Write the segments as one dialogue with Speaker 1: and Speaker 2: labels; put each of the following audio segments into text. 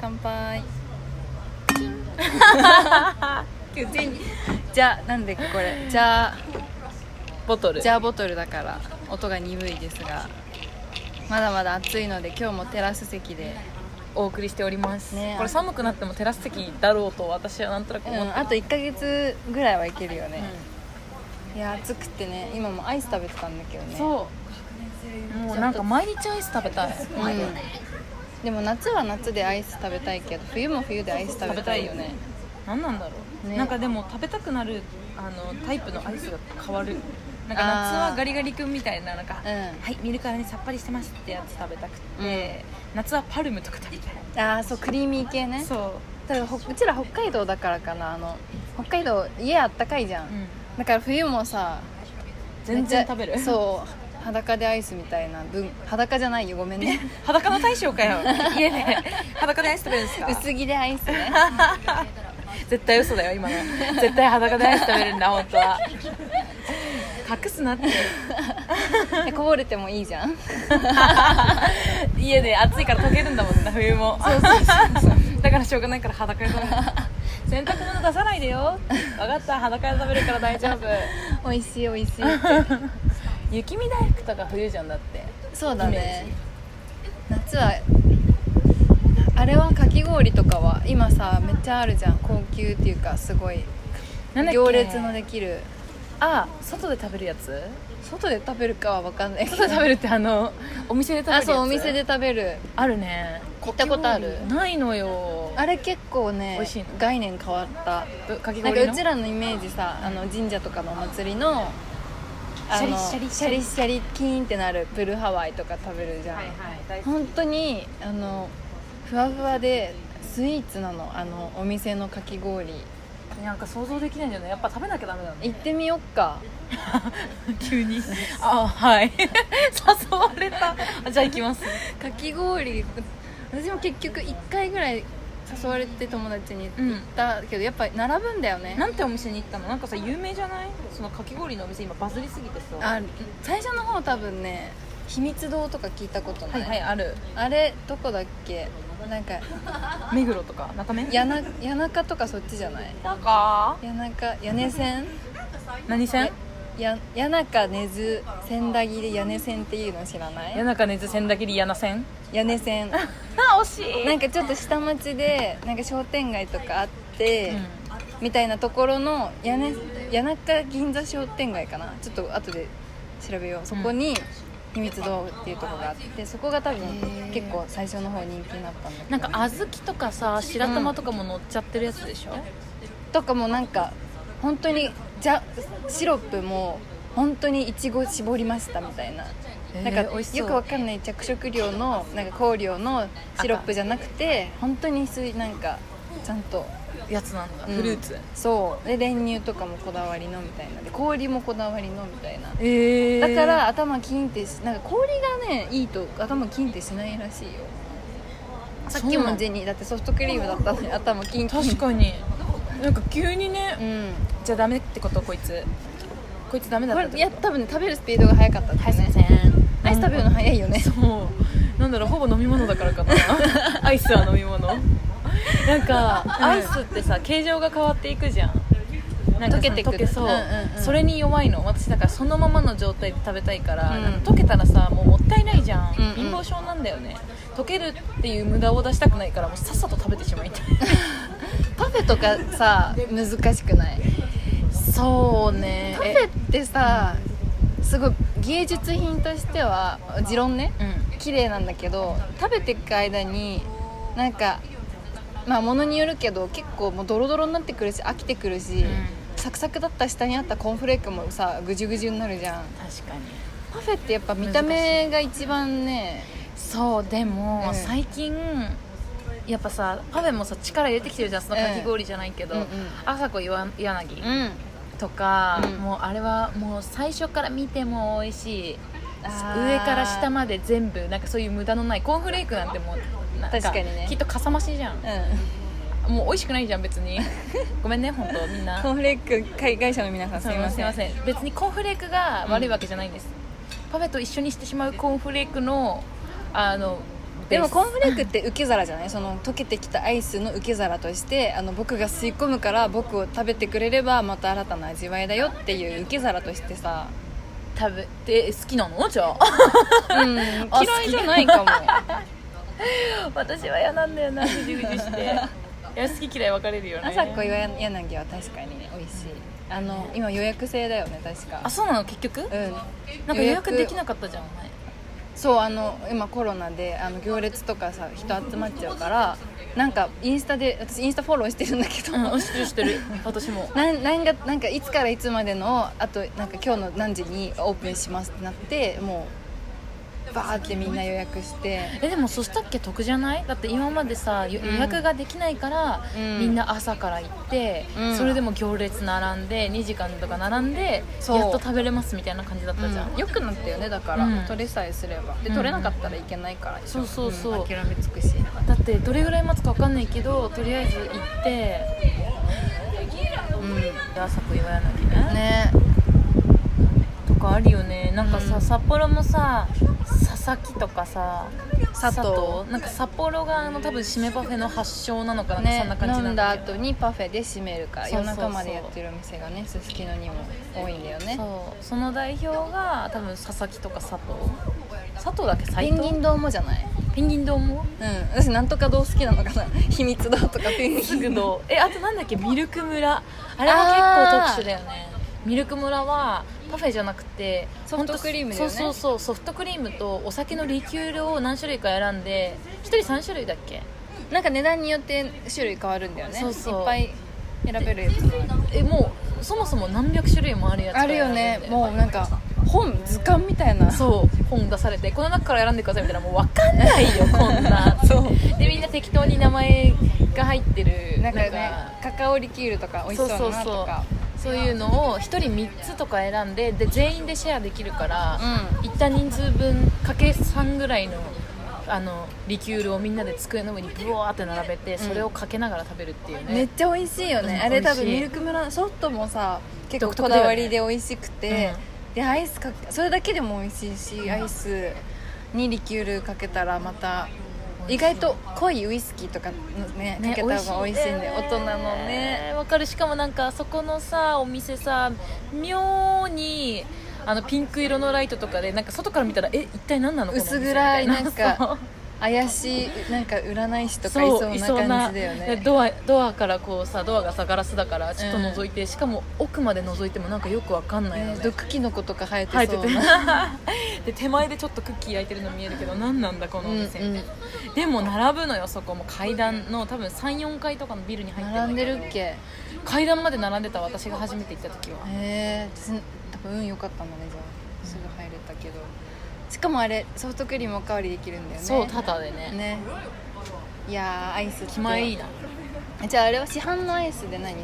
Speaker 1: 乾杯今日全じゃなんでこれじゃあ
Speaker 2: ボトル
Speaker 1: ジャーボトルだから音が鈍いですがまだまだ暑いので今日もテラス席で、
Speaker 2: お送りしております、
Speaker 1: ねえ
Speaker 2: これ寒くなってもテラス席だろうと私はなんとなく
Speaker 1: う
Speaker 2: 思って
Speaker 1: ん、あと1ヶ月ぐらいはいけるよね、
Speaker 2: う
Speaker 1: いや暑くてね今もアイス食べてたんだけどね
Speaker 2: んそうもうなんか毎日アイス食べた
Speaker 1: う
Speaker 2: い、
Speaker 1: ん、でも夏は夏でアイス食べたいけど冬も冬でアイス食べたいよね
Speaker 2: 何なんだろう、
Speaker 1: ね
Speaker 2: なんかでも食べたくなるあのタイプのアイスが変わるなんか
Speaker 1: あー
Speaker 2: 夏はガリガリ君みたいななんか、
Speaker 1: うん
Speaker 2: はい見るからにさっぱりしてますってやつ食べたくて、夏はパルムとか食べたい
Speaker 1: ああそうクリーミー系ね
Speaker 2: そ
Speaker 1: ただほうちら北海道だからかなあの北海道家あったかいじゃん、
Speaker 2: う、うん、
Speaker 1: だから冬もさ
Speaker 2: 全
Speaker 1: めっちゃ
Speaker 2: 然食べるう
Speaker 1: そう裸でアイスみたいな分裸じゃないよごめん ね
Speaker 2: 裸の大将かよ家で裸でアイス食べるんです か
Speaker 1: 薄着でアイスね
Speaker 2: 絶対嘘だよ今の絶対裸でアイス食べるんだ本当は隠すなって
Speaker 1: でこぼれてもいいじゃん
Speaker 2: 家で暑いから溶けるんだもんな冬もそうそうそうだからしょうがないから裸で食べる洗濯物出さないでよ分かった裸で食べるから大丈夫
Speaker 1: 美味しい美味しいって
Speaker 2: 雪見大福とか冬じゃんだって
Speaker 1: そうだね
Speaker 2: イメ
Speaker 1: 夏はあれはかき氷とかは今さめっちゃあるじゃん高級っていうかすごい行列のできる
Speaker 2: あ外で食べるやつ
Speaker 1: 外で食べるかは分かんないけど
Speaker 2: 外で食べるってあのお店で食べるや
Speaker 1: あ
Speaker 2: つ
Speaker 1: そうお店で食べる
Speaker 2: あるね
Speaker 1: 行ったことある
Speaker 2: ないのよ
Speaker 1: あれ結構ね
Speaker 2: 美味しいの
Speaker 1: 概念変わった
Speaker 2: どかき
Speaker 1: なん
Speaker 2: 氷
Speaker 1: か
Speaker 2: の
Speaker 1: うちらのイメージさあの神社とかのお祭りのあの
Speaker 2: シャリシャリ
Speaker 1: シャリシャリキーンってなるブルーハワイとか食べるじゃん、
Speaker 2: はい
Speaker 1: 本当にあのふわふわでスイーツなのあのお店のかき氷
Speaker 2: なんか想像できないんだよねやっぱ食べなきゃダメだね
Speaker 1: 行ってみよっか
Speaker 2: 急にあはい 誘われたあじゃあ行きます
Speaker 1: かき氷私も結局1回ぐらい誘われて友達に
Speaker 2: うん
Speaker 1: 行ったけど、やっぱり並ぶんだよね
Speaker 2: なんてお店に行ったのなんかさ有名じゃないそのかき氷のお店今バズりすぎてさ
Speaker 1: あ最初の方多分ね秘密堂とか聞いたことな、
Speaker 2: はいいはいある
Speaker 1: あれどこだっけなんか
Speaker 2: 目黒とか中目
Speaker 1: 谷な 谷中とかそっちじゃない
Speaker 2: なんか
Speaker 1: 谷中屋根線
Speaker 2: 何線
Speaker 1: や谷中根津千駄木で屋根線っていうの知らな
Speaker 2: 谷
Speaker 1: い
Speaker 2: 中根津千駄木里谷那線
Speaker 1: 屋根線
Speaker 2: あ惜し
Speaker 1: なんかちょっと下町でなんか商店街とかあって、
Speaker 2: うん
Speaker 1: みたいなところの屋根谷中銀座商店街かなちょっと後で調べようそこに秘密堂っていうところがあってそこが多分
Speaker 2: ー
Speaker 1: 結構最初の方人気になったんだけ
Speaker 2: なんか小豆とかさ白玉とかも乗っちゃってるやつでしょ、
Speaker 1: どとかもなんか本当にじゃシロップも本当にいちご絞りましたみたいな。なんかよくわかんない着色料のなんか香料のシロップじゃなくて本当に水なんかちゃんと
Speaker 2: やつなんだ、
Speaker 1: うん
Speaker 2: フルーツ
Speaker 1: そうで練乳とかもこだわりのみたいなで氷もこだわりのみたいな
Speaker 2: え
Speaker 1: だから頭キンってしなんか氷がねいいと頭キンってしないらしいよさっきもジェニーだってソフトクリームだったのに頭キンキン
Speaker 2: 確かになんか急にね、
Speaker 1: うん
Speaker 2: じゃあダメってことこいつこいつダメだ
Speaker 1: こ
Speaker 2: っ
Speaker 1: れ
Speaker 2: たってこと
Speaker 1: いや多分ね食べるスピードが速かったですねアイス食べるの早いよね
Speaker 2: そうなんだろうほぼ飲み物だからか なアイスは飲み物なんかアイスってさ形状が変わっていくじゃんなんかさ
Speaker 1: 溶けてく
Speaker 2: 溶けそう,、
Speaker 1: うんうんうん
Speaker 2: それに弱いの私だからそのままの状態で食べたいから、
Speaker 1: うん
Speaker 2: なんか溶けたらさもうもったいないじゃん、
Speaker 1: うんうん
Speaker 2: 貧乏症なんだよね溶けるっていう無駄を出したくないからもうさっさと食べてしまいたい
Speaker 1: パフェとかさ難しくない
Speaker 2: そうね
Speaker 1: パフェってさすごい芸術品としては持論ね、
Speaker 2: うん
Speaker 1: 綺麗なんだけど食べていく間になんかまあものによるけど結構もうドロドロになってくるし飽きてくるし、
Speaker 2: うん
Speaker 1: サクサクだった下にあったコーンフレークもさぐじゅぐじゅになるじゃん
Speaker 2: 確かに
Speaker 1: パフェってやっぱ見た目が一番ね
Speaker 2: そうでも、
Speaker 1: うん
Speaker 2: 最近やっぱさパフェもさ力入れてきてるじゃんそのかき氷じゃないけど、
Speaker 1: うんうん
Speaker 2: 朝子岩柳
Speaker 1: うん
Speaker 2: とか、
Speaker 1: うん
Speaker 2: もうあれはもう最初から見ても美味しい
Speaker 1: あー
Speaker 2: 上から下まで全部なんかそういう無駄のないコーンフレークなんてもうなん
Speaker 1: 確かにね
Speaker 2: きっとかさ増しじゃん
Speaker 1: うん
Speaker 2: もう美味しくないじゃん別 にごめんね本当みんな
Speaker 1: コーンフレーク海外社の皆さんす
Speaker 2: そう
Speaker 1: いません
Speaker 2: すいません別にコーンフレークが悪いわけじゃないんです、パフェと一緒にしてしまうコーンフレークのあの
Speaker 1: でもコーンフレークって受け皿じゃないその溶けてきたアイスの受け皿としてあの僕が吸い込むから僕を食べてくれればまた新たな味わいだよっていう受け皿としてさ、
Speaker 2: 食べて好きなのじゃあ
Speaker 1: うん、嫌
Speaker 2: あ
Speaker 1: いじゃないかも
Speaker 2: 私は嫌なんだよなぐじぐじして いや好き嫌い分かれる よね
Speaker 1: あさこ柳は確かにね美味しいあの今予約制だよね確か
Speaker 2: あそうなの結局
Speaker 1: うん
Speaker 2: なんか予約できなかったじゃん前
Speaker 1: そうあの今コロナであの行列とかさ人集まっちゃうからなんかインスタで私インスタフォローしてるんだけど、
Speaker 2: うんお知ってる知って る私も
Speaker 1: なんなんがなんかいつからいつまでのあとなんか今日の何時にオープンしますってなってもうバーってみんな予約して
Speaker 2: えでもそしたっけ得じゃないだって今までさよ
Speaker 1: うん
Speaker 2: 予約ができないから、
Speaker 1: うん
Speaker 2: みんな朝から行って、
Speaker 1: うん
Speaker 2: それでも行列並んで2時間とか並んで
Speaker 1: そう
Speaker 2: やっと食べれますみたいな感じだったじゃん、
Speaker 1: よくなったよねだから、
Speaker 2: うん
Speaker 1: 取れさえすればで
Speaker 2: うん
Speaker 1: 取れなかったらいけないから、
Speaker 2: そうそうそうん
Speaker 1: 諦め尽くし
Speaker 2: だってどれぐらい待つか分かんないけどとりあえず行って
Speaker 1: うん
Speaker 2: で朝食いわやなきゃね
Speaker 1: ね
Speaker 2: とかあるよねなんかさ、
Speaker 1: うん
Speaker 2: 札幌もさ佐々木とかさ
Speaker 1: 佐藤
Speaker 2: なんか札幌があの多分締めパフェの発祥なのかな、
Speaker 1: ね
Speaker 2: そんな感じ
Speaker 1: 飲
Speaker 2: なんん
Speaker 1: だ
Speaker 2: だけど
Speaker 1: 後にパフェで締めるから
Speaker 2: そうそうそう
Speaker 1: 夜中までやってるお店がねすすきのにも多いんだよね
Speaker 2: そうその代表が多分佐々木とか佐藤佐藤だっけ
Speaker 1: ペ
Speaker 2: 斎
Speaker 1: ン
Speaker 2: 藤
Speaker 1: ギン堂もじゃない
Speaker 2: ペンギン堂も
Speaker 1: うん私なんとか堂好きなのかな 秘密堂とかペンギ
Speaker 2: す
Speaker 1: ン
Speaker 2: ぐ
Speaker 1: 堂
Speaker 2: のえあとなんだっけミルク村あれは結構特殊だよねミルク村はパフェじゃなくて
Speaker 1: ソフトクリームだよね
Speaker 2: ほんとそうそうそうソフトクリームとお酒のリキュールを何種類か選んで1人3種類だっけ
Speaker 1: なんか値段によって種類変わるんだよね
Speaker 2: そうそう
Speaker 1: っぱい選べるやつもある
Speaker 2: えもうそもそも何百種類もあるやつ
Speaker 1: あるよねもうなん
Speaker 2: か
Speaker 1: か本図鑑みたいな
Speaker 2: そう本出されてこの中から選んでくださいみたいなもう分かんない よこんな
Speaker 1: そう
Speaker 2: でみんな適当に名前が入ってる
Speaker 1: なんかねカカオリキュールとか美味しそうだなとか
Speaker 2: そういうのを1人3つとか選んでで全員でシェアできるから、行った人数分かけ3ぐらいのあのリキュールをみんなで机の上にブワーって並べてそれをかけながら食べるっていうね、
Speaker 1: うんめっちゃ美味しいよね、
Speaker 2: うん
Speaker 1: あれ多分
Speaker 2: 美味しい
Speaker 1: ミルク村ソフトもさ結構
Speaker 2: 独
Speaker 1: こ
Speaker 2: 特だよ
Speaker 1: だわ
Speaker 2: ね
Speaker 1: りで美味しくて、
Speaker 2: う
Speaker 1: でアイスかけそれだけでも美味しいし、アイスにリキュールかけたらまた意外と濃いウイスキーとかのね
Speaker 2: ね
Speaker 1: かけた方が美味しいんで、
Speaker 2: よ
Speaker 1: 大
Speaker 2: ね
Speaker 1: 人のね
Speaker 2: わかるしかもなんかそこのさお店さ妙にあのピンク色のライトとかでなんか外から見たらえ一体何なのこのお店
Speaker 1: 薄暗い
Speaker 2: みた
Speaker 1: なんか
Speaker 2: そう
Speaker 1: 怪しいなんか占い師とかい
Speaker 2: そう
Speaker 1: そう
Speaker 2: い
Speaker 1: な
Speaker 2: そう
Speaker 1: 感
Speaker 2: な
Speaker 1: じだよ
Speaker 2: で
Speaker 1: ね
Speaker 2: ドアドアからこうさドアがさガラスだからちょっと
Speaker 1: うん
Speaker 2: 覗いて、しかも奥まで覗いてもなんかよくわかんないの
Speaker 1: ね
Speaker 2: ね
Speaker 1: 毒キノコとか生え
Speaker 2: 生え
Speaker 1: て
Speaker 2: て
Speaker 1: そ
Speaker 2: て
Speaker 1: うな
Speaker 2: で手前でちょっとクッキー焼いてるの見えるけど何なんだこのお店、
Speaker 1: うんうん
Speaker 2: でも並ぶのよそこも階段の多分34階とかのビルに入って
Speaker 1: 並んで
Speaker 2: だけ
Speaker 1: る
Speaker 2: ど
Speaker 1: っけへ
Speaker 2: 階段まで並んでた私が初めて行った時は
Speaker 1: え私多分運良かったんだねじゃあすぐ入れたけどしかもあれソフトクリームおかわりできるんだよね
Speaker 2: そうタダでね
Speaker 1: ねいやーアイスって
Speaker 2: 気前いいな
Speaker 1: じゃああれは市販のアイスで何好き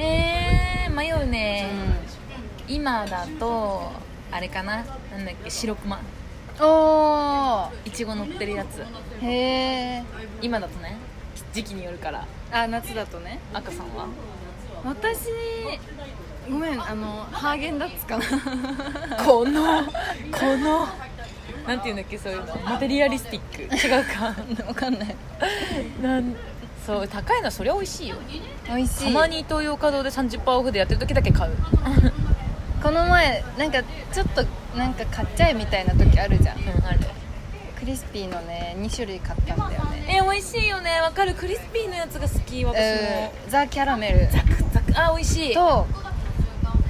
Speaker 2: えー、迷うね、
Speaker 1: う
Speaker 2: 今だとあれかななんだっけ白熊
Speaker 1: んお
Speaker 2: いちご乗ってるやつ
Speaker 1: ーへえ
Speaker 2: 今だとね時期によるから
Speaker 1: あ夏だとね
Speaker 2: 赤さんは
Speaker 1: 私ごめんあのハーゲンダッツかな
Speaker 2: このこのなんていうんだっけそういうのマテリアリスティック違うか
Speaker 1: わかんない
Speaker 2: なんそう高いのはそりゃ美味しいよ
Speaker 1: 美味しい
Speaker 2: たまに東洋華堂で30%オフでやってる時だけ買う
Speaker 1: この前なんかちょっとなんか買っちゃえみたいな時あるじゃん
Speaker 2: うんある
Speaker 1: クリスピーのね2種類買ったんだよね
Speaker 2: え美味しいよねわかるクリスピーのやつが好き私も、
Speaker 1: うんザ・キャラメル
Speaker 2: ザクあ美味しい
Speaker 1: と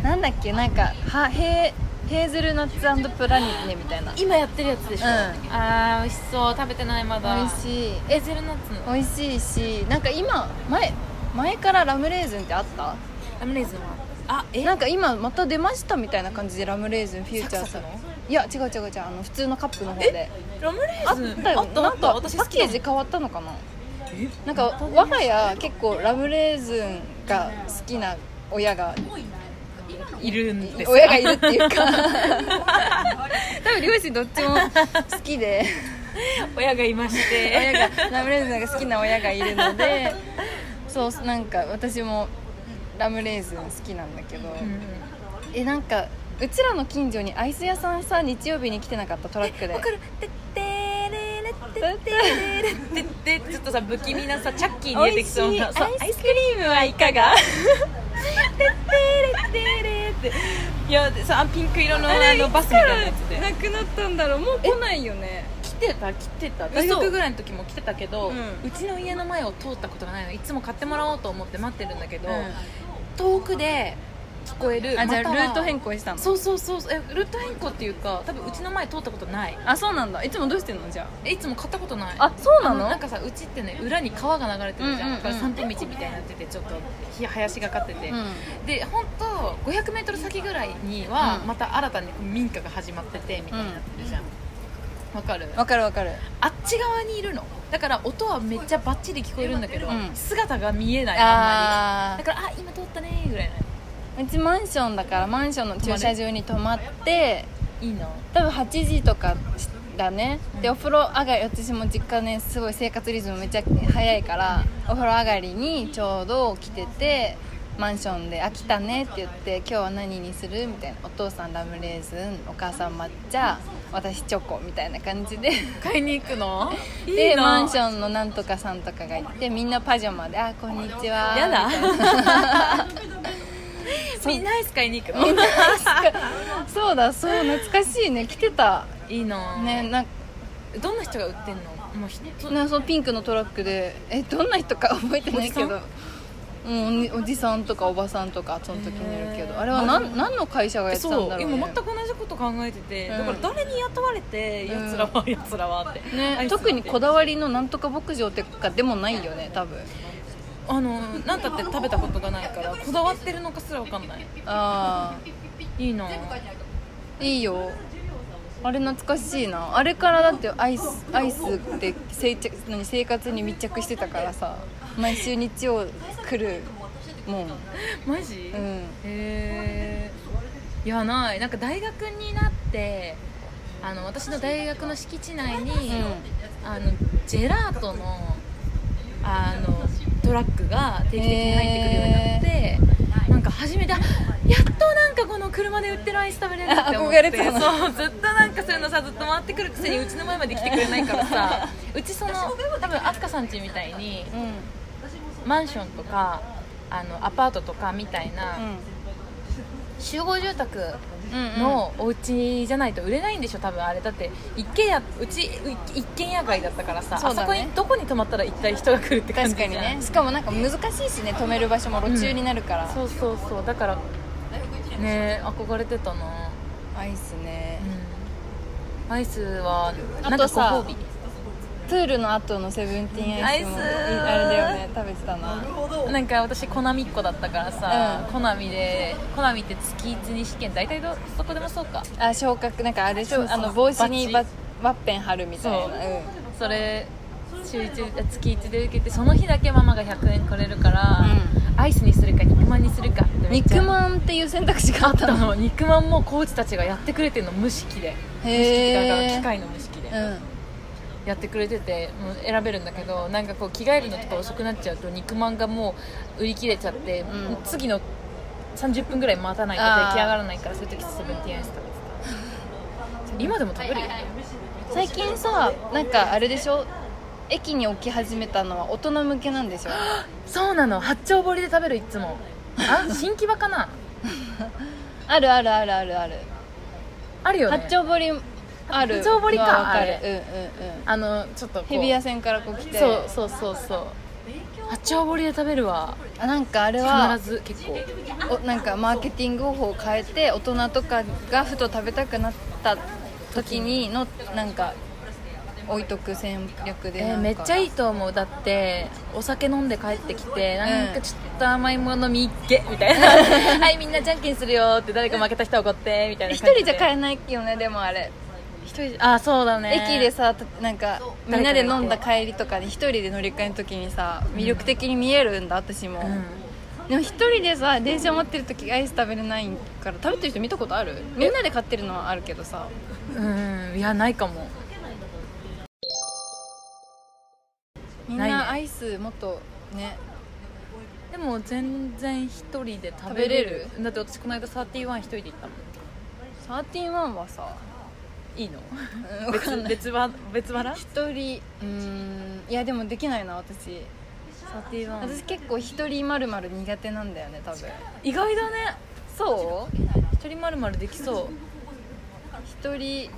Speaker 1: なんだっけなんかはヘーヘーゼルナッツプラニッネみたいな
Speaker 2: 今やってるやつでしょ、
Speaker 1: うん
Speaker 2: あー美味しそう食べてないまだ
Speaker 1: 美味しい
Speaker 2: エーゼルナッツの
Speaker 1: 美味しいしなんか今前前からラムレーズンってあった
Speaker 2: ラムレーズンはあえ
Speaker 1: なんか今また出ましたみたいな感じでラムレーズンフューチャー
Speaker 2: サクサ
Speaker 1: さ
Speaker 2: ク
Speaker 1: ん
Speaker 2: の
Speaker 1: いや違う違う違うあの普通のカップの方で
Speaker 2: ラムレ
Speaker 1: あ
Speaker 2: ー
Speaker 1: っ
Speaker 2: ズン
Speaker 1: たよ
Speaker 2: あったあ
Speaker 1: な
Speaker 2: っ
Speaker 1: ん
Speaker 2: た
Speaker 1: かパ
Speaker 2: 私好
Speaker 1: ッ
Speaker 2: き
Speaker 1: ケ
Speaker 2: だも
Speaker 1: ー
Speaker 2: ん
Speaker 1: ジ変わったのかな
Speaker 2: え
Speaker 1: なんか我が家結構ラムレーズンが好きな親が
Speaker 2: いるんですか
Speaker 1: 親がいるっていうか 多分両親どっちも好きで
Speaker 2: 親がいまして
Speaker 1: 親がラムレーズンが好きな親がいるのでそうなんか私もラムレーズン好きなんだけど、
Speaker 2: うん
Speaker 1: えなんかうちらの近所にアイス屋さんさ日曜日に来てなかったトラックで
Speaker 2: わかるてってれれてででちょっとさ不気味なさチャッキーに出てきそうな
Speaker 1: 美味しい
Speaker 2: そうアイスクリームはいかがてってれってれっていやでさあピンク色のあのバスみたいなやつで
Speaker 1: なくなったんだろうもう来ないよね
Speaker 2: 来てた来てた
Speaker 1: 嘘
Speaker 2: 大学ぐらいの時も来てたけど、
Speaker 1: う
Speaker 2: うちの家の前を通ったことがないのいつも買ってもらおうと思って待ってるんだけど、
Speaker 1: う
Speaker 2: 遠くで聞こえる
Speaker 1: んあじゃあル
Speaker 2: または
Speaker 1: ート変更したの
Speaker 2: そうそうそうえルート変更っていうか多分うちの前通ったことない
Speaker 1: あそうなんだいつもどうしてんのじゃ
Speaker 2: えいつも買ったことない
Speaker 1: ああそうな
Speaker 2: あ
Speaker 1: の
Speaker 2: なんかさうちってね裏に川が流れてるじゃん,、
Speaker 1: うんうんうん
Speaker 2: だから散歩道みたいになっててちょっとひ林がかってて、
Speaker 1: う
Speaker 2: で本当 500m 先ぐらいには
Speaker 1: うん
Speaker 2: また新たに民家が始まっててみたいになってるじゃんわ、かる
Speaker 1: んわかるわかる
Speaker 2: あっち側にいるのだから音はめっちゃバッチリ聞こえるんだけど、
Speaker 1: うん
Speaker 2: 姿が見えないあんま
Speaker 1: あ
Speaker 2: りだからあ今通ったねーぐらいな
Speaker 1: ーうちマンションだからマンションの駐車場に泊まって
Speaker 2: いいの
Speaker 1: 多分8時とかだねで
Speaker 2: うん
Speaker 1: お風呂上がり私も実家ねすごい生活リズムめちゃ早いからお風呂上がりにちょうど来ててマンションで「飽きたね」って言って「今日は何にする?」みたいな「お父さんラムレーズンお母さん抹茶私チョコ」みたいな感じで
Speaker 2: 買いに行くの
Speaker 1: でマンシ
Speaker 2: ン
Speaker 1: ョンのなんとかさんとかがいてみんなパジャマで「あこんにちは」
Speaker 2: やだ
Speaker 1: みたい
Speaker 2: みんなアイス買いに行くの
Speaker 1: なそうだそう懐かしいね来てた
Speaker 2: いいの
Speaker 1: ねなんか
Speaker 2: どんな人が売ってんのもう人
Speaker 1: ね、そのピンクのトラックでえどんな人か覚えてないけどうんおじおじさんとかおばさんとかその時にいるけ
Speaker 2: へ
Speaker 1: ど
Speaker 2: ー
Speaker 1: あれは何何の会社がやってたん
Speaker 2: そう
Speaker 1: だろうね
Speaker 2: 今全く同じこと考えてて、
Speaker 1: うん
Speaker 2: だから誰に雇われてやつらはやつらはって、ア
Speaker 1: ね
Speaker 2: イス
Speaker 1: 特にこ
Speaker 2: だ
Speaker 1: だわりのなんとか牧場ってかでもないよね多分
Speaker 2: あのなんだって食べたことがないからこだわってるのかすらわかんない
Speaker 1: あ
Speaker 2: いいな
Speaker 1: あいいよあれ懐かしいなあれからだってアイスアイスって生着何生活に密着してたからさ毎週日曜来るもん
Speaker 2: マジ、
Speaker 1: う
Speaker 2: へ
Speaker 1: ん
Speaker 2: えいやないなんか大学になってあの私の大学の敷地内に、あのジェラートのあのトラックが定期的に入ってくるようになって、なんか初めてあやっとなんかこの車で売ってるアイス食べれるって思
Speaker 1: あ憧
Speaker 2: って
Speaker 1: れてたの
Speaker 2: そうずっとなんかそういうのさずっと回ってくるくせにうちの前まで来てくれないか らさうちその多分あすかさんちみたいに
Speaker 1: うんうん
Speaker 2: マンションとかあのアパートとかみたいな集合住宅
Speaker 1: うんうん
Speaker 2: のお家じゃないと売れないんでしょ多分あれだって一軒家うち一軒家街だったからさ
Speaker 1: そうだね
Speaker 2: あそこにどこに泊まったら一体人が来るって感じ
Speaker 1: 確
Speaker 2: じ
Speaker 1: か
Speaker 2: ゃん
Speaker 1: にねしかもなんか難しいしね止める場所も路中になるから、
Speaker 2: そうそうそうだからね憧れてたな、
Speaker 1: アイスね
Speaker 2: うん、アイスは
Speaker 1: あ
Speaker 2: なん
Speaker 1: と
Speaker 2: か
Speaker 1: さ
Speaker 2: ご褒
Speaker 1: プールの後のセブンティーンアイスも
Speaker 2: アイス
Speaker 1: あれだよね食べてたな
Speaker 2: 美なんか私コナミっ子だったからさ、
Speaker 1: うん
Speaker 2: コナミでコナミって月1に試験大体どどこでもそうか
Speaker 1: あ昇格なんかあれでしょ
Speaker 2: そうそう
Speaker 1: あの帽子にバ
Speaker 2: バッジ
Speaker 1: ワッペン貼るみたいな
Speaker 2: そ
Speaker 1: う
Speaker 2: う
Speaker 1: ん
Speaker 2: それ週一あ月1で受けてその日だけママが100円くれるから、アイスにするか肉まんにするかってめっちゃ
Speaker 1: 肉まんっていう選択肢があ
Speaker 2: あ
Speaker 1: っ
Speaker 2: ったた
Speaker 1: の
Speaker 2: の肉まんもコーチたちがやってくれてるの無識で無識だから機械の無識で、
Speaker 1: うん
Speaker 2: やってくれててもう選べるんだけどなんかこう着替えるのとか遅くなっちゃうと肉まんがもう売り切れちゃって、
Speaker 1: ん
Speaker 2: もう次の30分ぐらい待たないと
Speaker 1: あー
Speaker 2: 出来上がらないからそういう時セブンティーンアイス 食べてた今でも食べるよ
Speaker 1: 最近さなんかあれでしょ駅に置き始めたのは大人向けなんで しょ
Speaker 2: そうなの八丁堀で食べるいつもあ新木場かな
Speaker 1: あるあるあるあるある
Speaker 2: あるよね
Speaker 1: 八丁堀ある
Speaker 2: 八丁堀か
Speaker 1: のはわか
Speaker 2: あ
Speaker 1: る
Speaker 2: れ
Speaker 1: うんうんうん
Speaker 2: あのちょっとこう
Speaker 1: 日比谷線からこう来て
Speaker 2: そうそうそうそう八丁堀で食べるわ
Speaker 1: あなんかあれは
Speaker 2: 必ず結構
Speaker 1: おなんかマーケティング方法を変えて大人とかがふと食べたくなった時にのなんか置いとく戦略でな
Speaker 2: えー
Speaker 1: んか
Speaker 2: めっちゃいいと思うだってお酒飲んで帰ってきてなんかちょっと甘いもの見っけみた いなはいみんなじゃんけんするよって誰か負けた人怒ってみたいな
Speaker 1: 一人じゃ買
Speaker 2: る
Speaker 1: えないよねでもあれ、
Speaker 2: 一人じゃあそうだね
Speaker 1: 駅でさたなんかみんなで飲んだ
Speaker 2: 誰
Speaker 1: 帰りとかに一人で乗り換えの時にさ魅力的に見えるんだ私も、
Speaker 2: うん
Speaker 1: でも一人でさ電車待ってる時アイス食べれないから食べてる人見たことあるみんなで買ってるのはあるけどさ
Speaker 2: うんいやないかも
Speaker 1: みん
Speaker 2: ないね
Speaker 1: なアイスもっとね
Speaker 2: でも全然一人で食べれるだって私この間サーティワン一人で行ったもん
Speaker 1: サーティワンはさ
Speaker 2: いいの
Speaker 1: うんわかんない
Speaker 2: 別別ば別腹
Speaker 1: 一人うーんいやでもできないな私
Speaker 2: サティワン
Speaker 1: 私結構一人まるまる苦手なんだよね多分
Speaker 2: 意外だね
Speaker 1: そう
Speaker 2: 一人まるまるできそう
Speaker 1: 一人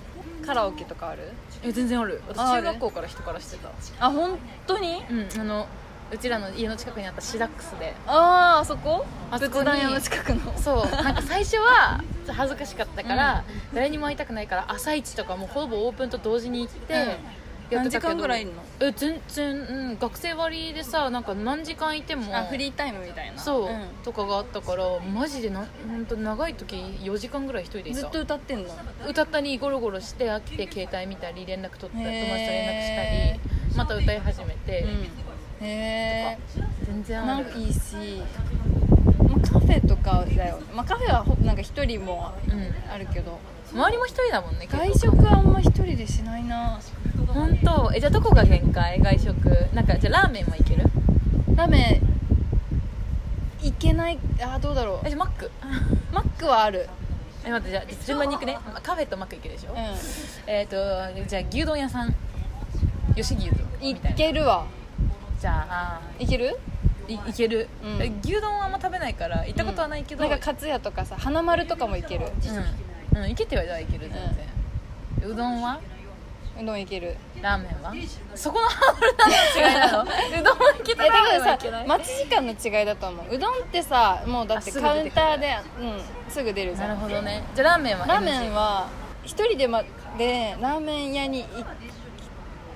Speaker 1: カラオケとかある
Speaker 2: え全然ある私
Speaker 1: ああ
Speaker 2: 中
Speaker 1: る
Speaker 2: 学校から人からしてた
Speaker 1: あ本当に
Speaker 2: うんあのうちらの家の近くにあったシダックスで
Speaker 1: あーあそこ
Speaker 2: あそこ
Speaker 1: 仏
Speaker 2: に
Speaker 1: 壇屋の近くの
Speaker 2: そうなんか最初はちょっと恥ずかしかったから、誰にも会いたくないから朝一とかもうほぼオープンと同時に行って、
Speaker 1: うん
Speaker 2: やってたけど
Speaker 1: 何時間ぐらいいるの
Speaker 2: え全然、うん、学生割でさなんか何時間いても
Speaker 1: あフリータイムみたいな
Speaker 2: そう、
Speaker 1: ん
Speaker 2: とかがあったからマジでな本当長い時4時間ぐらい一人でいた
Speaker 1: ずっと歌ってんの
Speaker 2: 歌ったりゴロゴロして飽きて携帯見たり連絡取ったり友達と連
Speaker 1: へー
Speaker 2: 絡したりまた歌い始めて、
Speaker 1: うんへえ
Speaker 2: 全然あ
Speaker 1: なん
Speaker 2: る
Speaker 1: かいいし、まあ、カフェとかだよ、まあ、カフェはほなんか一人も
Speaker 2: うん
Speaker 1: あるけど
Speaker 2: 周りも一人だもんね
Speaker 1: 外食はあんま一人でしないな
Speaker 2: 本当えじゃあどこが限界外食なんかじゃあラーメンはいける
Speaker 1: ラーメンいけないあーどうだろ
Speaker 2: えじゃあマック
Speaker 1: うマックはある
Speaker 2: え待ってじゃあ順番に行くねカフェとマック行けるでしょ、
Speaker 1: う
Speaker 2: えっ、とじゃあ牛丼屋さん吉牛丼
Speaker 1: んい
Speaker 2: みたいな
Speaker 1: けるわ
Speaker 2: じゃあ
Speaker 1: いける
Speaker 2: いいける、
Speaker 1: うん
Speaker 2: え牛丼はあんま食べないから行ったことはないけど、
Speaker 1: なんかかつやとかさ花丸とかもいける
Speaker 2: うん、うん、いけてはいたらいける全然、うどんは
Speaker 1: うどんいける
Speaker 2: ラーメンはそこのハードルなの 違いなのうどんはいけ
Speaker 1: え
Speaker 2: て
Speaker 1: だか
Speaker 2: ラーメン
Speaker 1: ら
Speaker 2: はい
Speaker 1: さ
Speaker 2: けない
Speaker 1: 待ち時間の違いだと思ううどんってさもうだって
Speaker 2: あすぐ出てく
Speaker 1: カ
Speaker 2: る
Speaker 1: ウンターでうんすぐ出るじ
Speaker 2: な
Speaker 1: ゃ
Speaker 2: る
Speaker 1: ん
Speaker 2: ほどねじゃあラーメンは NG
Speaker 1: ラーメンは一人で,、ま、でラーメン屋に行き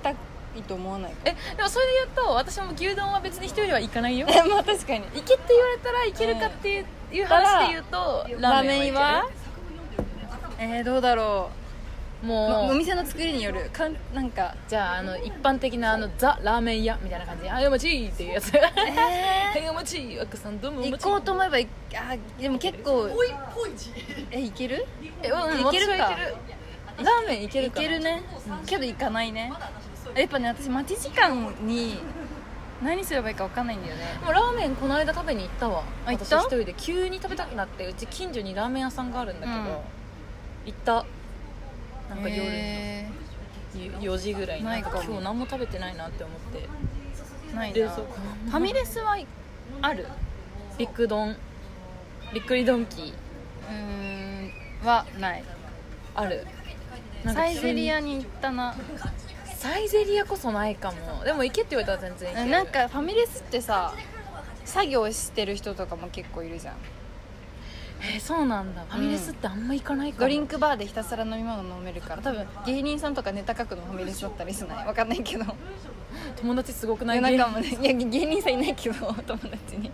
Speaker 1: たいと思わないか
Speaker 2: えでもそれで言うと私も牛丼は別に一人では行かないよ
Speaker 1: ら まあ確かに
Speaker 2: 行けって言われたら行けるかっていう,、いう話で言うと
Speaker 1: ラーメンは
Speaker 2: 行け
Speaker 1: えー、どうだろ
Speaker 2: る
Speaker 1: う、ま
Speaker 2: も
Speaker 1: お
Speaker 2: う、
Speaker 1: 店の作りによるかんなんか
Speaker 2: じゃああの一般的なあのザ・ラーメン屋みたいな感じで「あやまちい」っていうやつ「
Speaker 1: え
Speaker 2: は
Speaker 1: ー
Speaker 2: いやまちい」「あくさんどうもお
Speaker 1: 行
Speaker 2: 待ち
Speaker 1: こうと思えばいあでも結構え行ける
Speaker 2: えうん
Speaker 1: いけるか
Speaker 2: 私はいけるラーメンいける
Speaker 1: 行
Speaker 2: かな
Speaker 1: けるね、けど行かないねやっぱね私待ち時間に何すればいいか分かんないんだよね
Speaker 2: もうラーメンこの間食べに行ったわ
Speaker 1: あ行った
Speaker 2: 私一人で急に食べたくなってうち近所にラーメン屋さんがあるんだけど、
Speaker 1: うん
Speaker 2: 行ったなんか夜、
Speaker 1: へ
Speaker 2: 4時ぐらいに
Speaker 1: な
Speaker 2: ないん
Speaker 1: か
Speaker 2: か
Speaker 1: も
Speaker 2: 今日何も食べてないなって思って
Speaker 1: ーない
Speaker 2: 冷
Speaker 1: な
Speaker 2: 蔵庫
Speaker 1: ファミレスはある
Speaker 2: ビッグ丼びっくりドンキー
Speaker 1: うーんはない
Speaker 2: あるなんか
Speaker 1: サイゼリ
Speaker 2: 急
Speaker 1: アに行ったな
Speaker 2: にサイゼリアこそないかもでも行けって言われたら全然行ける
Speaker 1: なんかファミレスってさ作業してる人とかも結構いるじゃん
Speaker 2: えーそうなんだファミレスってあんま行かないかも
Speaker 1: ドリンクバーでひたすら飲み物飲めるから多分芸人さんとかネタ書くのファミレスだったりしないわかんないけど
Speaker 2: 友達すごくない
Speaker 1: 夜中もねいや芸人さんいないけど 友達に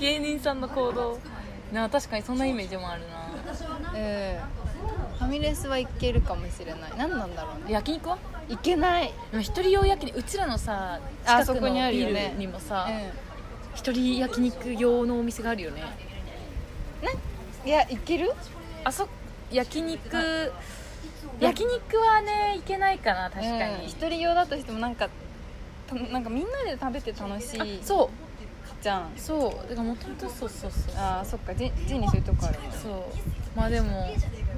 Speaker 2: 芸人さんの行動なあ確かにそんなイメージもあるな
Speaker 1: うんファミレスはいけるかもしれない何なんだろうね
Speaker 2: 焼肉はい
Speaker 1: けない
Speaker 2: でも一人用焼肉うちらのさ
Speaker 1: あ
Speaker 2: 近く
Speaker 1: そこ
Speaker 2: のビ
Speaker 1: にあるよね
Speaker 2: ルにもさ
Speaker 1: う
Speaker 2: 一人焼肉用のお店があるよね
Speaker 1: んいやいける
Speaker 2: あそ焼肉焼肉はねいけないかな確か
Speaker 1: うん
Speaker 2: に
Speaker 1: 一、人用だとしてもなんかたなんかみんなで食べて楽しい
Speaker 2: あそう
Speaker 1: じゃん
Speaker 2: そうだからもともとそうそうそう
Speaker 1: あーそっかジジンにそういうとこあるもん
Speaker 2: そうまあでも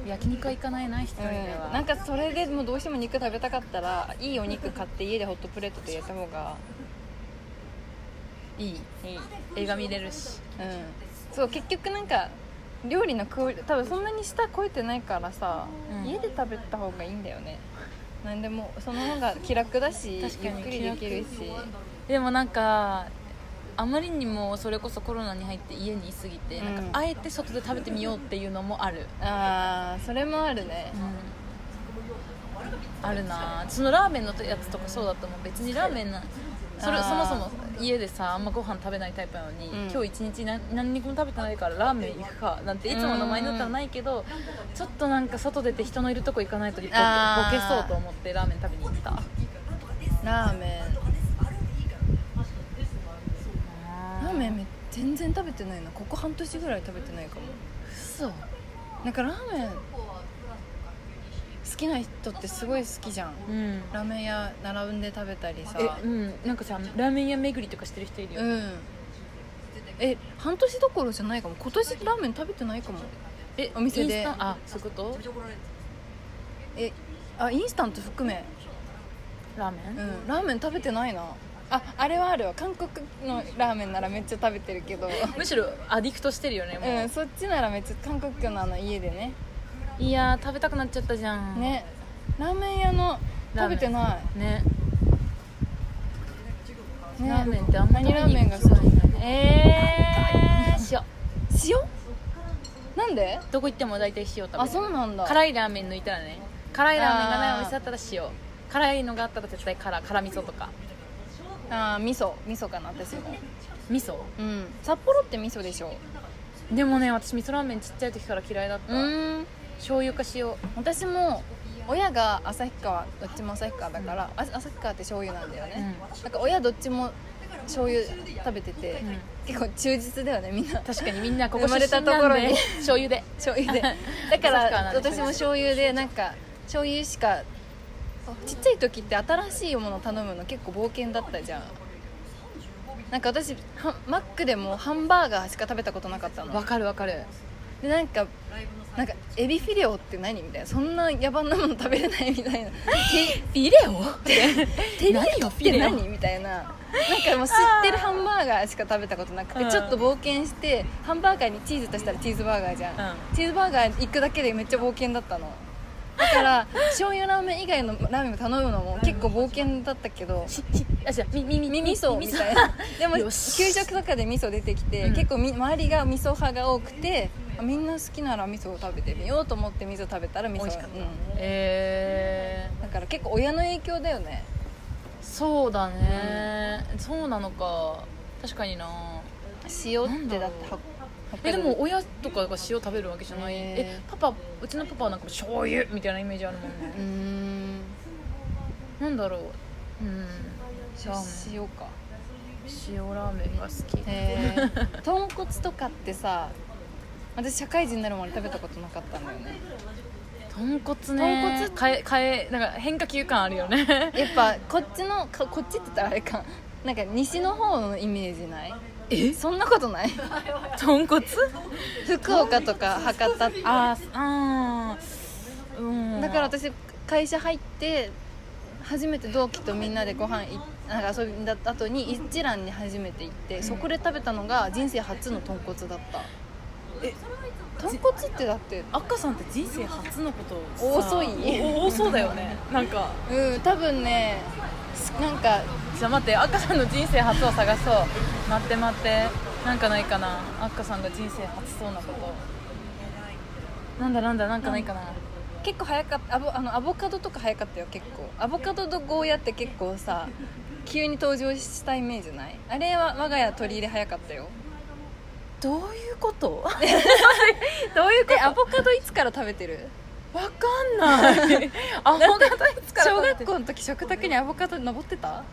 Speaker 2: 焼肉は行かないな一人では、
Speaker 1: うん、なんかそれでもうどうしても肉食べたかったらいいお肉買って家でホットプレートで焼いた方がいいいい、
Speaker 2: 映画見れるし
Speaker 1: うん、そう結局なんか料理のクオリ多分そんなに舌超えてないからさ、
Speaker 2: うん
Speaker 1: 家で食べた方がいいんだよねなんでもその方が気楽だし
Speaker 2: 確か
Speaker 1: ゆっ
Speaker 2: に
Speaker 1: くりできるし
Speaker 2: でもなんかあまりにもそれこそコロナに入って家にいすぎて、
Speaker 1: うん
Speaker 2: なんかあえて外で食べてみようっていうのもある、
Speaker 1: ああそれもあるね
Speaker 2: あるなそのラーメンのやつとかそうだと思う別にラーメンなそれ
Speaker 1: あー
Speaker 2: そもそも家でさあんまご飯食べないタイプなのに、
Speaker 1: うん
Speaker 2: 今日一日な何にも食べてないからラーメン行くかなんていつものマインドったらないけど、ちょっとなんか外出て人のいるとこ行かないとボケボ
Speaker 1: あ
Speaker 2: ケ
Speaker 1: ー
Speaker 2: そうと思ってラーメン食べに行った
Speaker 1: ラーメンラーメン
Speaker 2: ン
Speaker 1: め全然食べてないなここ半年ぐらい食べてないかも
Speaker 2: 嘘うん
Speaker 1: なんかラーメン好きな人ってすごい好きじゃんラーメン屋並んで食べたりさ
Speaker 2: えうんなんかさラーメン屋巡りとかしてる人いるよ、
Speaker 1: うんえ半年どころじゃないかも今年ラーメン食べてないかも
Speaker 2: え
Speaker 1: お店で
Speaker 2: インスタンあそういうこと
Speaker 1: えあインスタント含め、
Speaker 2: ラーメ
Speaker 1: う
Speaker 2: ン、
Speaker 1: ん、ラーメン食べてないなああれはあるわ韓国のラーメンならめっちゃ食べてるけど
Speaker 2: むしろアディクトしてるよねもう、
Speaker 1: うんそっちならめっちゃ韓国のあの家でね
Speaker 2: いやー食べたくなっちゃったじゃん
Speaker 1: ねラーメン屋の
Speaker 2: ラー
Speaker 1: 食
Speaker 2: メ
Speaker 1: べ
Speaker 2: ン
Speaker 1: てな
Speaker 2: ね
Speaker 1: い、ね、
Speaker 2: ラーメンってあんまり
Speaker 1: 何ラーメンが好き
Speaker 2: えー塩
Speaker 1: 塩なんで
Speaker 2: どこ行っても大体塩食べる
Speaker 1: あそうなんだ
Speaker 2: 辛いラーメン抜いたらね辛いラーメンがないお店だったら塩辛いのがあったら絶対辛辛味噌とか
Speaker 1: あー味噌味噌かな私も
Speaker 2: 味噌
Speaker 1: うん札幌って味噌でしょ
Speaker 2: でもね私味噌ラーメンちっちゃい時から嫌いだった、
Speaker 1: うん
Speaker 2: 醤油か塩
Speaker 1: 私も親が旭川どっちも旭川だから、あ旭川って醤油なんだよね、なんか親どっちも醤油食べてて、
Speaker 2: ん
Speaker 1: 結構忠実だよねみんな
Speaker 2: 確かにみんなここ
Speaker 1: 生まれた
Speaker 2: 出身なんで
Speaker 1: ところに
Speaker 2: 醤油で
Speaker 1: 醤油で だか
Speaker 2: 旭川な
Speaker 1: ら
Speaker 2: んで
Speaker 1: 私も醤油でなんか醤油しかちっちゃい時って新しいもの頼むの結構冒険だったじゃんなんか私はマックでもハンバーガーしか食べたことなかったの
Speaker 2: わかるわかる
Speaker 1: でなんかなんかエビフィレオって何みたいなそんな野蛮なもの食べれないみたいな
Speaker 2: フィレオ
Speaker 1: 手
Speaker 2: 何よ
Speaker 1: っ
Speaker 2: フィ
Speaker 1: て
Speaker 2: レオ
Speaker 1: 何みたいななんかもう知ってるハンバーガーしか食べたことなく
Speaker 2: う
Speaker 1: て
Speaker 2: ん
Speaker 1: ちょっと冒険してハンバーガーにチーズとしたらチーズバーガーじゃん、
Speaker 2: うん
Speaker 1: チーズバーガー行くだけでめっちゃ冒険だったのだから醤油ラーメン以外のラーメンを頼むのも結構冒険だったけど
Speaker 2: あ違うみみみ
Speaker 1: み
Speaker 2: み
Speaker 1: 味噌みたいなでも
Speaker 2: よ
Speaker 1: 給
Speaker 2: し
Speaker 1: 食とかで味噌出てきて、
Speaker 2: うん
Speaker 1: 結構み周りが味噌派が多くてあみんな好きなら味噌を食べてみようと思って味噌食べたら味噌
Speaker 2: 美味しかった
Speaker 1: うん
Speaker 2: え
Speaker 1: だから結構親の影響だよね
Speaker 2: ー、そうだね、そうなのか確かにな
Speaker 1: 塩ってだっ
Speaker 2: なん
Speaker 1: て
Speaker 2: だろう
Speaker 1: は
Speaker 2: えでも親とかが塩食べるわけじゃない
Speaker 1: へー
Speaker 2: えパパうちのパパはなんか醤油みたいなイメージあるもんね
Speaker 1: うーん
Speaker 2: なんだろううんラー
Speaker 1: 塩か
Speaker 2: メン塩ラーメンが好き
Speaker 1: へえ豚骨とかってさ私社会人になるまで食べたことなかったんだよね
Speaker 2: 豚骨ね
Speaker 1: 豚骨
Speaker 2: 変え変えなんか変化球感あるよね
Speaker 1: やっぱこっちのかこっちって言ったらあれかなんか西の方のイメージない
Speaker 2: え
Speaker 1: そんなこと ない
Speaker 2: 豚骨
Speaker 1: 福岡とか博多
Speaker 2: あーあーうん
Speaker 1: だから私会社入って初めて同期とみんなでご飯いなんか遊びだった後に一蘭に初めて行ってそこで食べたのが人生初の豚骨だった豚骨ってだって
Speaker 2: 赤さんって人生初のことを
Speaker 1: 遅い
Speaker 2: お多そうだよねなんか
Speaker 1: うん多分ねなんか
Speaker 2: じゃあ待って赤さんの人生初を探そう待って待ってなんかないかな赤さんが人生初そうなことなんだなんだなんかないかな、
Speaker 1: 結構早かったアボあのアボカドとか早かったよ結構アボカドとゴーヤって結構さ急に登場したイメージないあれは我が家取り入れ早かったよ
Speaker 2: どういうこと
Speaker 1: どういうことアボカドいつから食べてる
Speaker 2: わかんない アボカドいつから
Speaker 1: 小
Speaker 2: 食べ
Speaker 1: 学
Speaker 2: て
Speaker 1: 校の時食卓にアボカド登ってた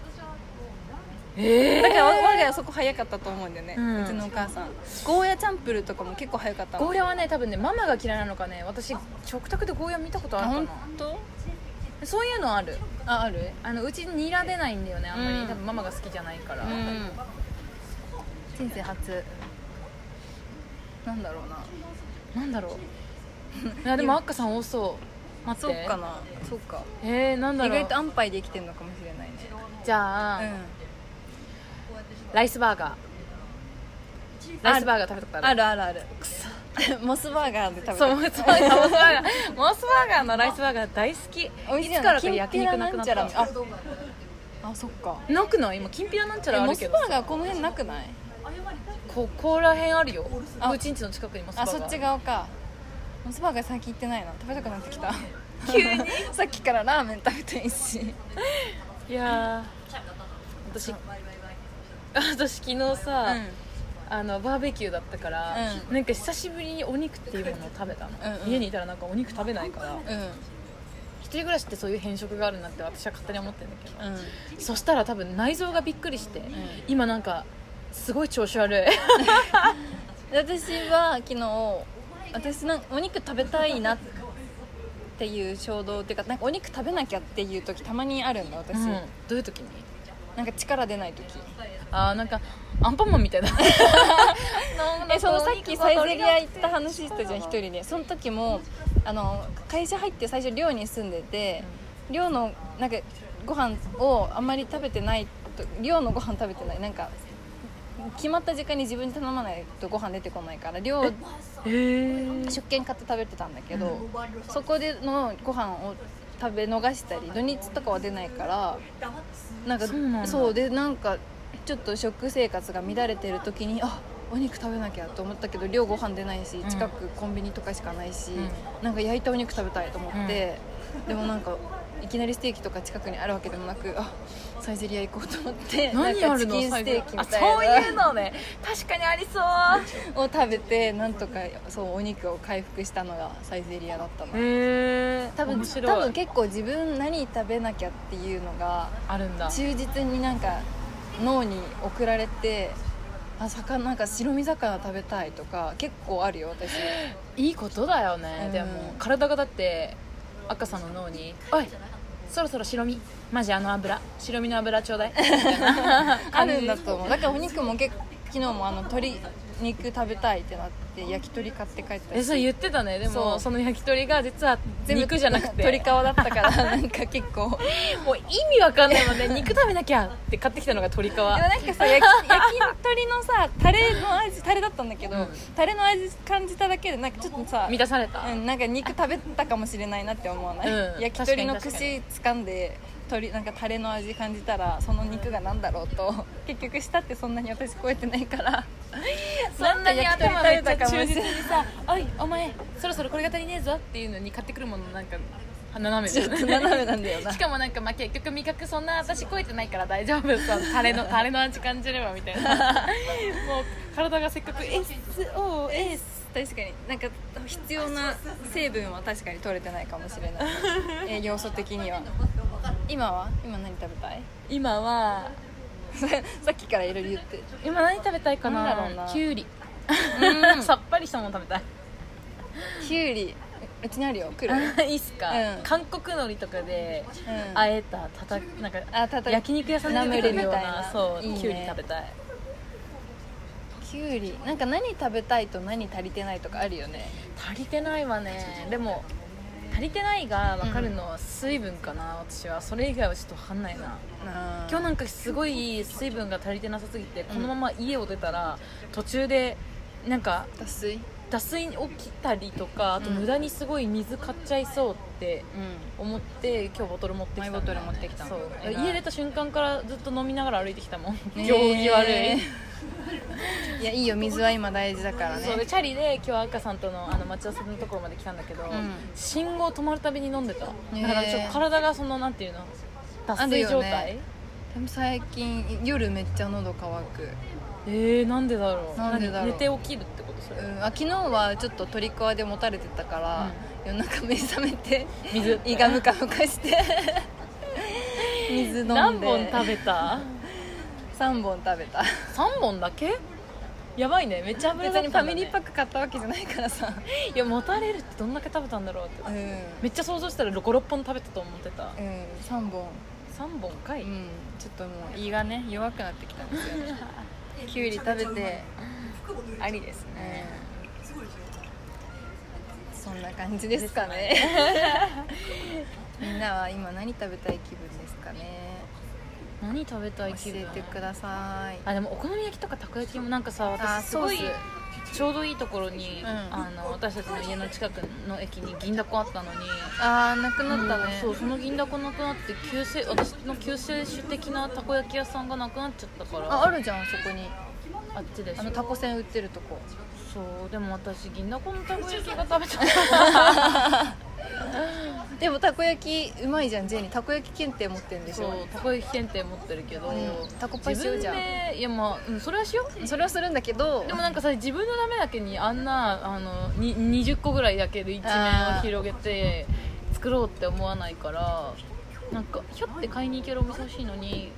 Speaker 2: え
Speaker 1: だから我が家はそこ早かったと思うんだよね、う
Speaker 2: うん
Speaker 1: ちのお母さんゴーヤチャンプルーとかも結構早かった
Speaker 2: ー、ゴ
Speaker 1: の
Speaker 2: ーヤはね多分ねママが嫌いなのかね私食卓でゴーヤ見たことあ
Speaker 1: あ
Speaker 2: るか
Speaker 1: 本
Speaker 2: な
Speaker 1: 当
Speaker 2: そういうのある
Speaker 1: あある
Speaker 2: あのうちニラ出ないんだよねあんまり、
Speaker 1: うん
Speaker 2: 多分ママが好きじゃないから、
Speaker 1: うん人生初なんだろうな
Speaker 2: なんだろういやでも赤さん多そう待っ
Speaker 1: そ
Speaker 2: て
Speaker 1: うかなそうか
Speaker 2: えー、なんだ
Speaker 1: 意
Speaker 2: ろう
Speaker 1: 外と安牌で生きてるのかもしれないね
Speaker 2: じゃあ、
Speaker 1: う
Speaker 2: ライスバーガーライスバーガー食べたこと
Speaker 1: ん
Speaker 2: あ
Speaker 1: あ
Speaker 2: る
Speaker 1: るあるあるくそ モスバーガーで食べた
Speaker 2: そうモスバーガーモスバーガーモスバーガーのライスバーガー大好きい
Speaker 1: 美味しい
Speaker 2: つからか焼肉なくなった
Speaker 1: ああそっか
Speaker 2: なくない今きんぴらなんちゃ
Speaker 1: え
Speaker 2: らあ
Speaker 1: モ
Speaker 2: る
Speaker 1: ス
Speaker 2: け
Speaker 1: バ
Speaker 2: ど
Speaker 1: ーガーこの辺なくない
Speaker 2: ここら辺あるよ
Speaker 1: あ
Speaker 2: うちんちの近くにモスバ
Speaker 1: あ
Speaker 2: ーガ
Speaker 1: そ
Speaker 2: ー
Speaker 1: っち側かモスバーガー最近行ってないな食べたくなってきた急に さっきからラーメン食べたいし
Speaker 2: いやー私私昨日
Speaker 1: う
Speaker 2: さ、
Speaker 1: ん
Speaker 2: あのバーベキューだったから、
Speaker 1: う
Speaker 2: なんか久しぶりにお肉っていうものを食べたの、
Speaker 1: うんうん
Speaker 2: 家にいたらなんかお肉食べないから
Speaker 1: う
Speaker 2: 一人暮らしってそういう変色があるなって私は勝手に思ってるんだけど、
Speaker 1: んうん
Speaker 2: そしたら多分内臓がびっくりして、今なんかすごい調子悪い
Speaker 1: 私は昨日私なんお肉食べたいなっていう衝動っていうかなんかお肉食べなきゃっていう時たまにあるんだ私、
Speaker 2: どういう時に
Speaker 1: なんか力出ない時
Speaker 2: あーなんかアンパンマンみ たいだ
Speaker 1: えそのさっきサイゼリア行った話したじゃん一人でその時もあの会社入って最初寮に住んでて、寮のなんかご飯をあんまり食べてないと寮のご飯食べてないなんか決まった時間に自分に頼まないとご飯出てこないから寮
Speaker 2: えー、
Speaker 1: 食券買って食べてたんだけど、そこでのご飯を食べ逃したり土日とかは出ないからなんか
Speaker 2: そうなんだ
Speaker 1: そうでなんかちょっと食生活が乱れてる時にあお肉食べなきゃと思ったけど量ご飯出ないし
Speaker 2: ん
Speaker 1: 近くコンビニとかしかないし、
Speaker 2: うん
Speaker 1: なんか焼いたお肉食べたいと思って、でもなんかいきなりステーキとか近くにあるわけでもなくあサイゼリア行こうと思って
Speaker 2: 何
Speaker 1: な
Speaker 2: あ
Speaker 1: んかチ
Speaker 2: るの
Speaker 1: キンステーキみた
Speaker 2: あそうい
Speaker 1: いうな
Speaker 2: のね確かにありそう
Speaker 1: を食べてなんとかそうお肉を回復したのがサイゼリアだったの。
Speaker 2: へえ
Speaker 1: 多分
Speaker 2: 面白い
Speaker 1: 多分結構自分何食べなきゃっていうのが
Speaker 2: あるんだ
Speaker 1: 忠実になんか脳に送られてあ魚なんか白身魚食べたいとか結構あるよ 私
Speaker 2: いいことだよね、
Speaker 1: うん
Speaker 2: でも体がだって赤さんの脳に「おいそろそろ白身マジあの油白身の油ちょうだい」みたいな
Speaker 1: あるんだと思うだからお肉も結構昨日もあの鶏肉食べたいってなって焼き鳥買って帰った
Speaker 2: え
Speaker 1: し
Speaker 2: そう言ってたねでも
Speaker 1: そ
Speaker 2: そうの焼き鳥が実は肉じゃなくて
Speaker 1: 鶏皮だった からなんか結構
Speaker 2: もう意味わかんないもんね肉食べなきゃって買ってきたのが 鶏皮
Speaker 1: でもなんかさ焼き 焼き鳥のさタレの味タレだったんだけど、
Speaker 2: うん
Speaker 1: タレの味感じただけでなんかちょっとさ
Speaker 2: 満たされた、
Speaker 1: うん、なんか肉食べたかもしれないなって思わない、
Speaker 2: うん
Speaker 1: 焼き鳥の
Speaker 2: 確
Speaker 1: 串
Speaker 2: かに
Speaker 1: 掴んで鶏なんかタレの味感じたらその肉が何だろうと結局舌ってそんなに私超えてない から
Speaker 2: そんなに頭めっちゃ忠実に
Speaker 1: い
Speaker 2: さ「おいお前そろそろこれが足りねえぞ」っていうのに買ってくるものなんか斜めだよね
Speaker 1: 斜めなんだよな
Speaker 2: しかもなんかまあ結局味覚そんな私超えてないから大丈 夫さタレのタレの味感じればみたい なもう体がせっかく
Speaker 1: SOS 確かになんか必要な成分は確かに取れてないかもしれ ない栄養素的には今は今何食べたい
Speaker 2: 今は
Speaker 1: さっきからいろいろ言って
Speaker 2: 今何食べたいかな
Speaker 1: なんだろうな
Speaker 2: きゅうり、
Speaker 1: うん
Speaker 2: さっぱりしたもの食べ
Speaker 1: きゅうりううちにあるよ来る、
Speaker 2: たいいいっすか、
Speaker 1: うん
Speaker 2: 韓国のりとかで
Speaker 1: うん
Speaker 2: あえたたたなんか
Speaker 1: あたた
Speaker 2: 焼肉屋さんで出てくるよう
Speaker 1: ナムルみたい
Speaker 2: な
Speaker 1: な
Speaker 2: そう
Speaker 1: いいね
Speaker 2: きゅうり食べたい
Speaker 1: きゅうりなんか何食べたいと何足りてないとかあるよね
Speaker 2: 足りてないわねでも足りてないが分かるのは水分かな、私はそれ以外はちょっと分かんないな今
Speaker 1: 今
Speaker 2: 日なんかすごい水分が足りてなさすぎてこのまま家を出たら途中でなんか
Speaker 1: 脱水うん
Speaker 2: 脱水起きたりとかあと
Speaker 1: うん
Speaker 2: 無駄にすごい水買っちゃいそうって思って今日ボトル持ってきたんだよね
Speaker 1: マイボトル持ってきたの
Speaker 2: そう
Speaker 1: 偉い
Speaker 2: 家出た瞬間からずっと飲みながら歩いてきたもん行
Speaker 1: ねえ
Speaker 2: 儀悪い、
Speaker 1: いやいいよ水は今大事だからね
Speaker 2: そうでチャリで今日赤さんとのあの待ち合わせのところまで来たんだけど、
Speaker 1: ん
Speaker 2: 信号止まるたびに飲んでただ
Speaker 1: え
Speaker 2: からちょっと体がそのなんていうの脱水状
Speaker 1: あるよ
Speaker 2: 態、
Speaker 1: ねでも最近夜めっちゃ喉乾く、
Speaker 2: えー、なんでだろう
Speaker 1: なんでだろう
Speaker 2: 何寝て起きるってことそれ、
Speaker 1: うん、あ昨日はちょっと鳥皮でもたれてたから、夜中目覚めて
Speaker 2: 水
Speaker 1: 胃がムカムカして 水飲んで
Speaker 2: 何本食 べた
Speaker 1: 3本食べた
Speaker 2: 3本だけやばいねめっちゃ油
Speaker 1: 別
Speaker 2: だっ
Speaker 1: にフ
Speaker 2: た
Speaker 1: ァ
Speaker 2: んだ、ね、
Speaker 1: ミリーパック買ったわけじゃないからさ
Speaker 2: いやもたれるってどんだけ食べたんだろうって
Speaker 1: うん、うん、
Speaker 2: めっちゃ想像したら56本食べたと思ってた
Speaker 1: 3本
Speaker 2: 3本かい、
Speaker 1: うん、ちょっともう胃がね弱くなってきたんですよねきゅうり食べて
Speaker 2: ありですね、
Speaker 1: そんな感じですか ねみんなは今何食べたい気分ですかね
Speaker 2: 何食べたい気
Speaker 1: 教
Speaker 2: 分
Speaker 1: えてください
Speaker 2: あでもお好み焼きとかたこ焼きもなんかさ
Speaker 1: あ
Speaker 2: 私すごい
Speaker 1: ソー
Speaker 2: ちょうどいいところに、
Speaker 1: ん
Speaker 2: あの私たちの家の近くの駅に銀だこあったのに
Speaker 1: あーなくなったね、
Speaker 2: そうその銀だこなくなって救世私の救世主的なたこ焼き屋さんがなくなっちゃったから
Speaker 1: ああるじゃんそこに
Speaker 2: あっちでしょ
Speaker 1: あのタコせん売ってるとこ
Speaker 2: そうでも私銀だこのたこ焼きが食べたい
Speaker 1: でもたこ焼きうまいじゃんジェニーたこ焼き検定持ってるんでし
Speaker 2: そう
Speaker 1: ょ
Speaker 2: たこ焼き検定持ってるけど、
Speaker 1: うんたこパイしようじゃん
Speaker 2: 自分でいやまあ、うん、それはしよう
Speaker 1: それはするんだけど
Speaker 2: でもなんかさ自分のためだけにあんなあのに20個ぐらいだけで一面を広げて作ろうって思わないからなんかひょって買いに行けるお店欲しいのに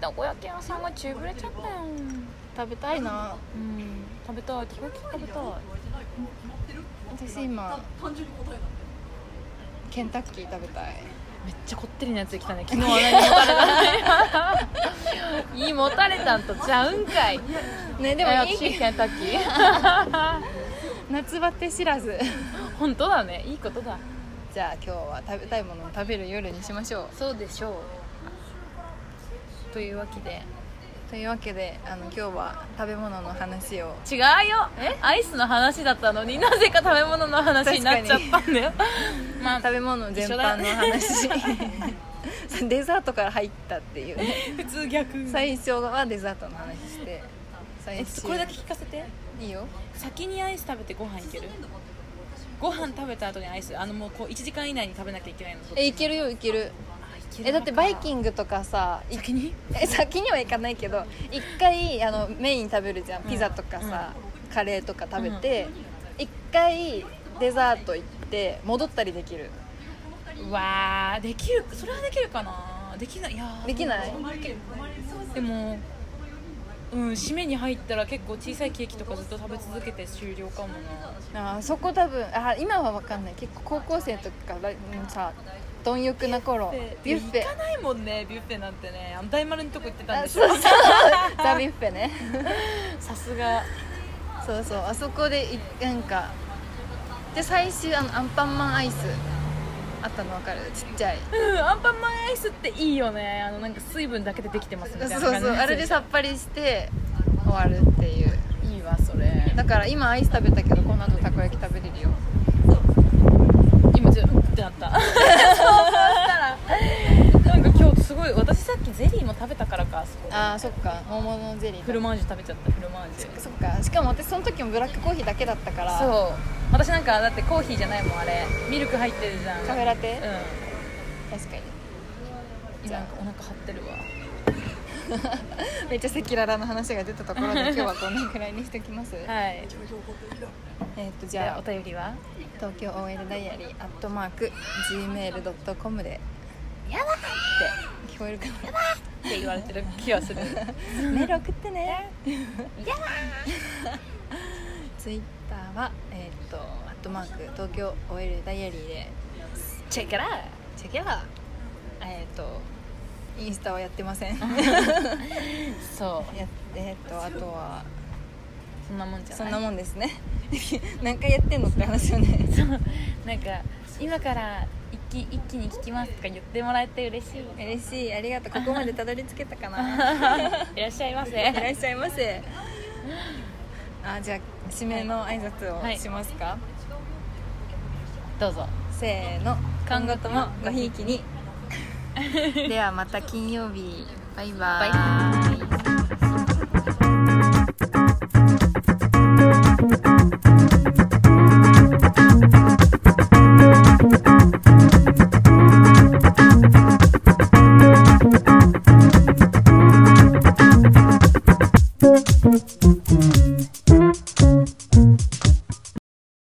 Speaker 2: たこ焼き屋さんが中ぶれちゃったよ
Speaker 1: 食べたいな
Speaker 2: うん食べたいたこ焼き食べたい
Speaker 1: 私今ケンタッキー食べた い
Speaker 2: めっちゃこってりなやつ来たね昨日は何もたれたねいいもたれたんとちゃうんかい
Speaker 1: ねで
Speaker 2: で
Speaker 1: も
Speaker 2: も
Speaker 1: いい
Speaker 2: 私ケンタッキー
Speaker 1: 夏バテ知らず
Speaker 2: 本当だねいいことだ
Speaker 1: じゃあ今日は食べたいものを食べる夜にしましょう
Speaker 2: そうでしょうというわけで
Speaker 1: というわけであの今日は食べ物の話を
Speaker 2: 違うよアイスの話だったのになぜか食べ物の話になっちゃったん だよまあ
Speaker 1: 食べ物全般の話デザートから入ったっていうね
Speaker 2: 普通逆
Speaker 1: 最初はデザートの話して
Speaker 3: え
Speaker 1: 最
Speaker 3: ちょっとこれだけ聞かせて
Speaker 1: いいよ
Speaker 3: 先にアイス食べてご飯いけるご飯食べた後にアイスあのもうこう1時間以内に食べなきゃいけないの
Speaker 1: えいけるよいける
Speaker 3: けるのか
Speaker 1: えだってバイキングとかさい
Speaker 3: 先に
Speaker 1: え先にはいかないけど一回あのメイン食べるじゃんピザとかさ、カレーとか食べて一、回デザート行って戻ったりできる
Speaker 3: うわーできるそれはできるかなできないいやー
Speaker 1: できない
Speaker 3: でもうん締めに入ったら結構小さいケーキとかずっと食べ続けて終了かもな
Speaker 1: あーそこ多分あー今は分かんない結構高校生とかがうんさ貪欲な頃ビュッフェ
Speaker 3: 行かないもんねビュッフェなんてねあの大丸のとこ行ってたん
Speaker 1: あ
Speaker 3: でし
Speaker 1: そう
Speaker 3: ょ
Speaker 1: そうザ・ビュッフェね
Speaker 3: さすが
Speaker 1: そうそうあそこでいなんかで最終あのアンパンマンアイスあったの分かるちっちゃい
Speaker 2: うんアンパンマンアイスっていいよねあのなんか水分だけでできてますみたい
Speaker 1: そ
Speaker 2: な
Speaker 1: う
Speaker 2: 感じ
Speaker 1: そう あれでさっぱりして終わるっていう
Speaker 2: いいわそれ
Speaker 1: だから今アイス食べたけどこの後たこ焼き食べれるよ
Speaker 2: 今ちょっとうんってなったそうそうしたらなんか今日すごい私さっきゼリーも食べたからかそう
Speaker 1: あーそっか桃のゼリー
Speaker 2: フルマージュ食べちゃったフルマージュ
Speaker 1: そっかしかも私その時もブラックコーヒーだけだったから
Speaker 2: そう私なんかだってコーヒーじゃないもんあれミルク入ってるじゃん
Speaker 1: カフェラテ、
Speaker 2: う
Speaker 1: 確かに
Speaker 2: ん今なんかお腹張ってるわ
Speaker 1: めっちゃ赤裸々な話が出たところで 今日はこんなくらいにしておきます
Speaker 2: はい
Speaker 1: えっとじ
Speaker 2: じゃあ
Speaker 1: ゃ
Speaker 2: お
Speaker 1: あ
Speaker 2: 便りは
Speaker 1: 東京 OL ダイアリーアットマーク Gmail.com でやだって聞こえるか
Speaker 2: って言われてる気がする
Speaker 1: なメール送ってねやだ ツイッターはえっとアットマーク東京 OL ダイアリーで
Speaker 2: チェックラー
Speaker 1: チェキャラえっとインスタはやってませんや
Speaker 2: そ
Speaker 1: えっ とあとは
Speaker 2: うそんなもんじゃ
Speaker 1: そ
Speaker 2: ない
Speaker 1: んなもんですね 何回やってんのって話よね
Speaker 2: なんか今から一気一気に聞きますとか言ってもらえて嬉 しい
Speaker 1: 嬉しいありがとうここまでたどり着けたかな
Speaker 2: いらっしゃいませ
Speaker 1: いらっしゃいませあじゃあ締めの挨拶
Speaker 2: は
Speaker 1: を
Speaker 2: い
Speaker 1: しますか、
Speaker 2: どうぞ
Speaker 1: せーの今後ともごひいき にではまた金曜日バイバ
Speaker 2: バ
Speaker 1: イ
Speaker 2: イ
Speaker 1: バイ
Speaker 2: バイ
Speaker 4: 「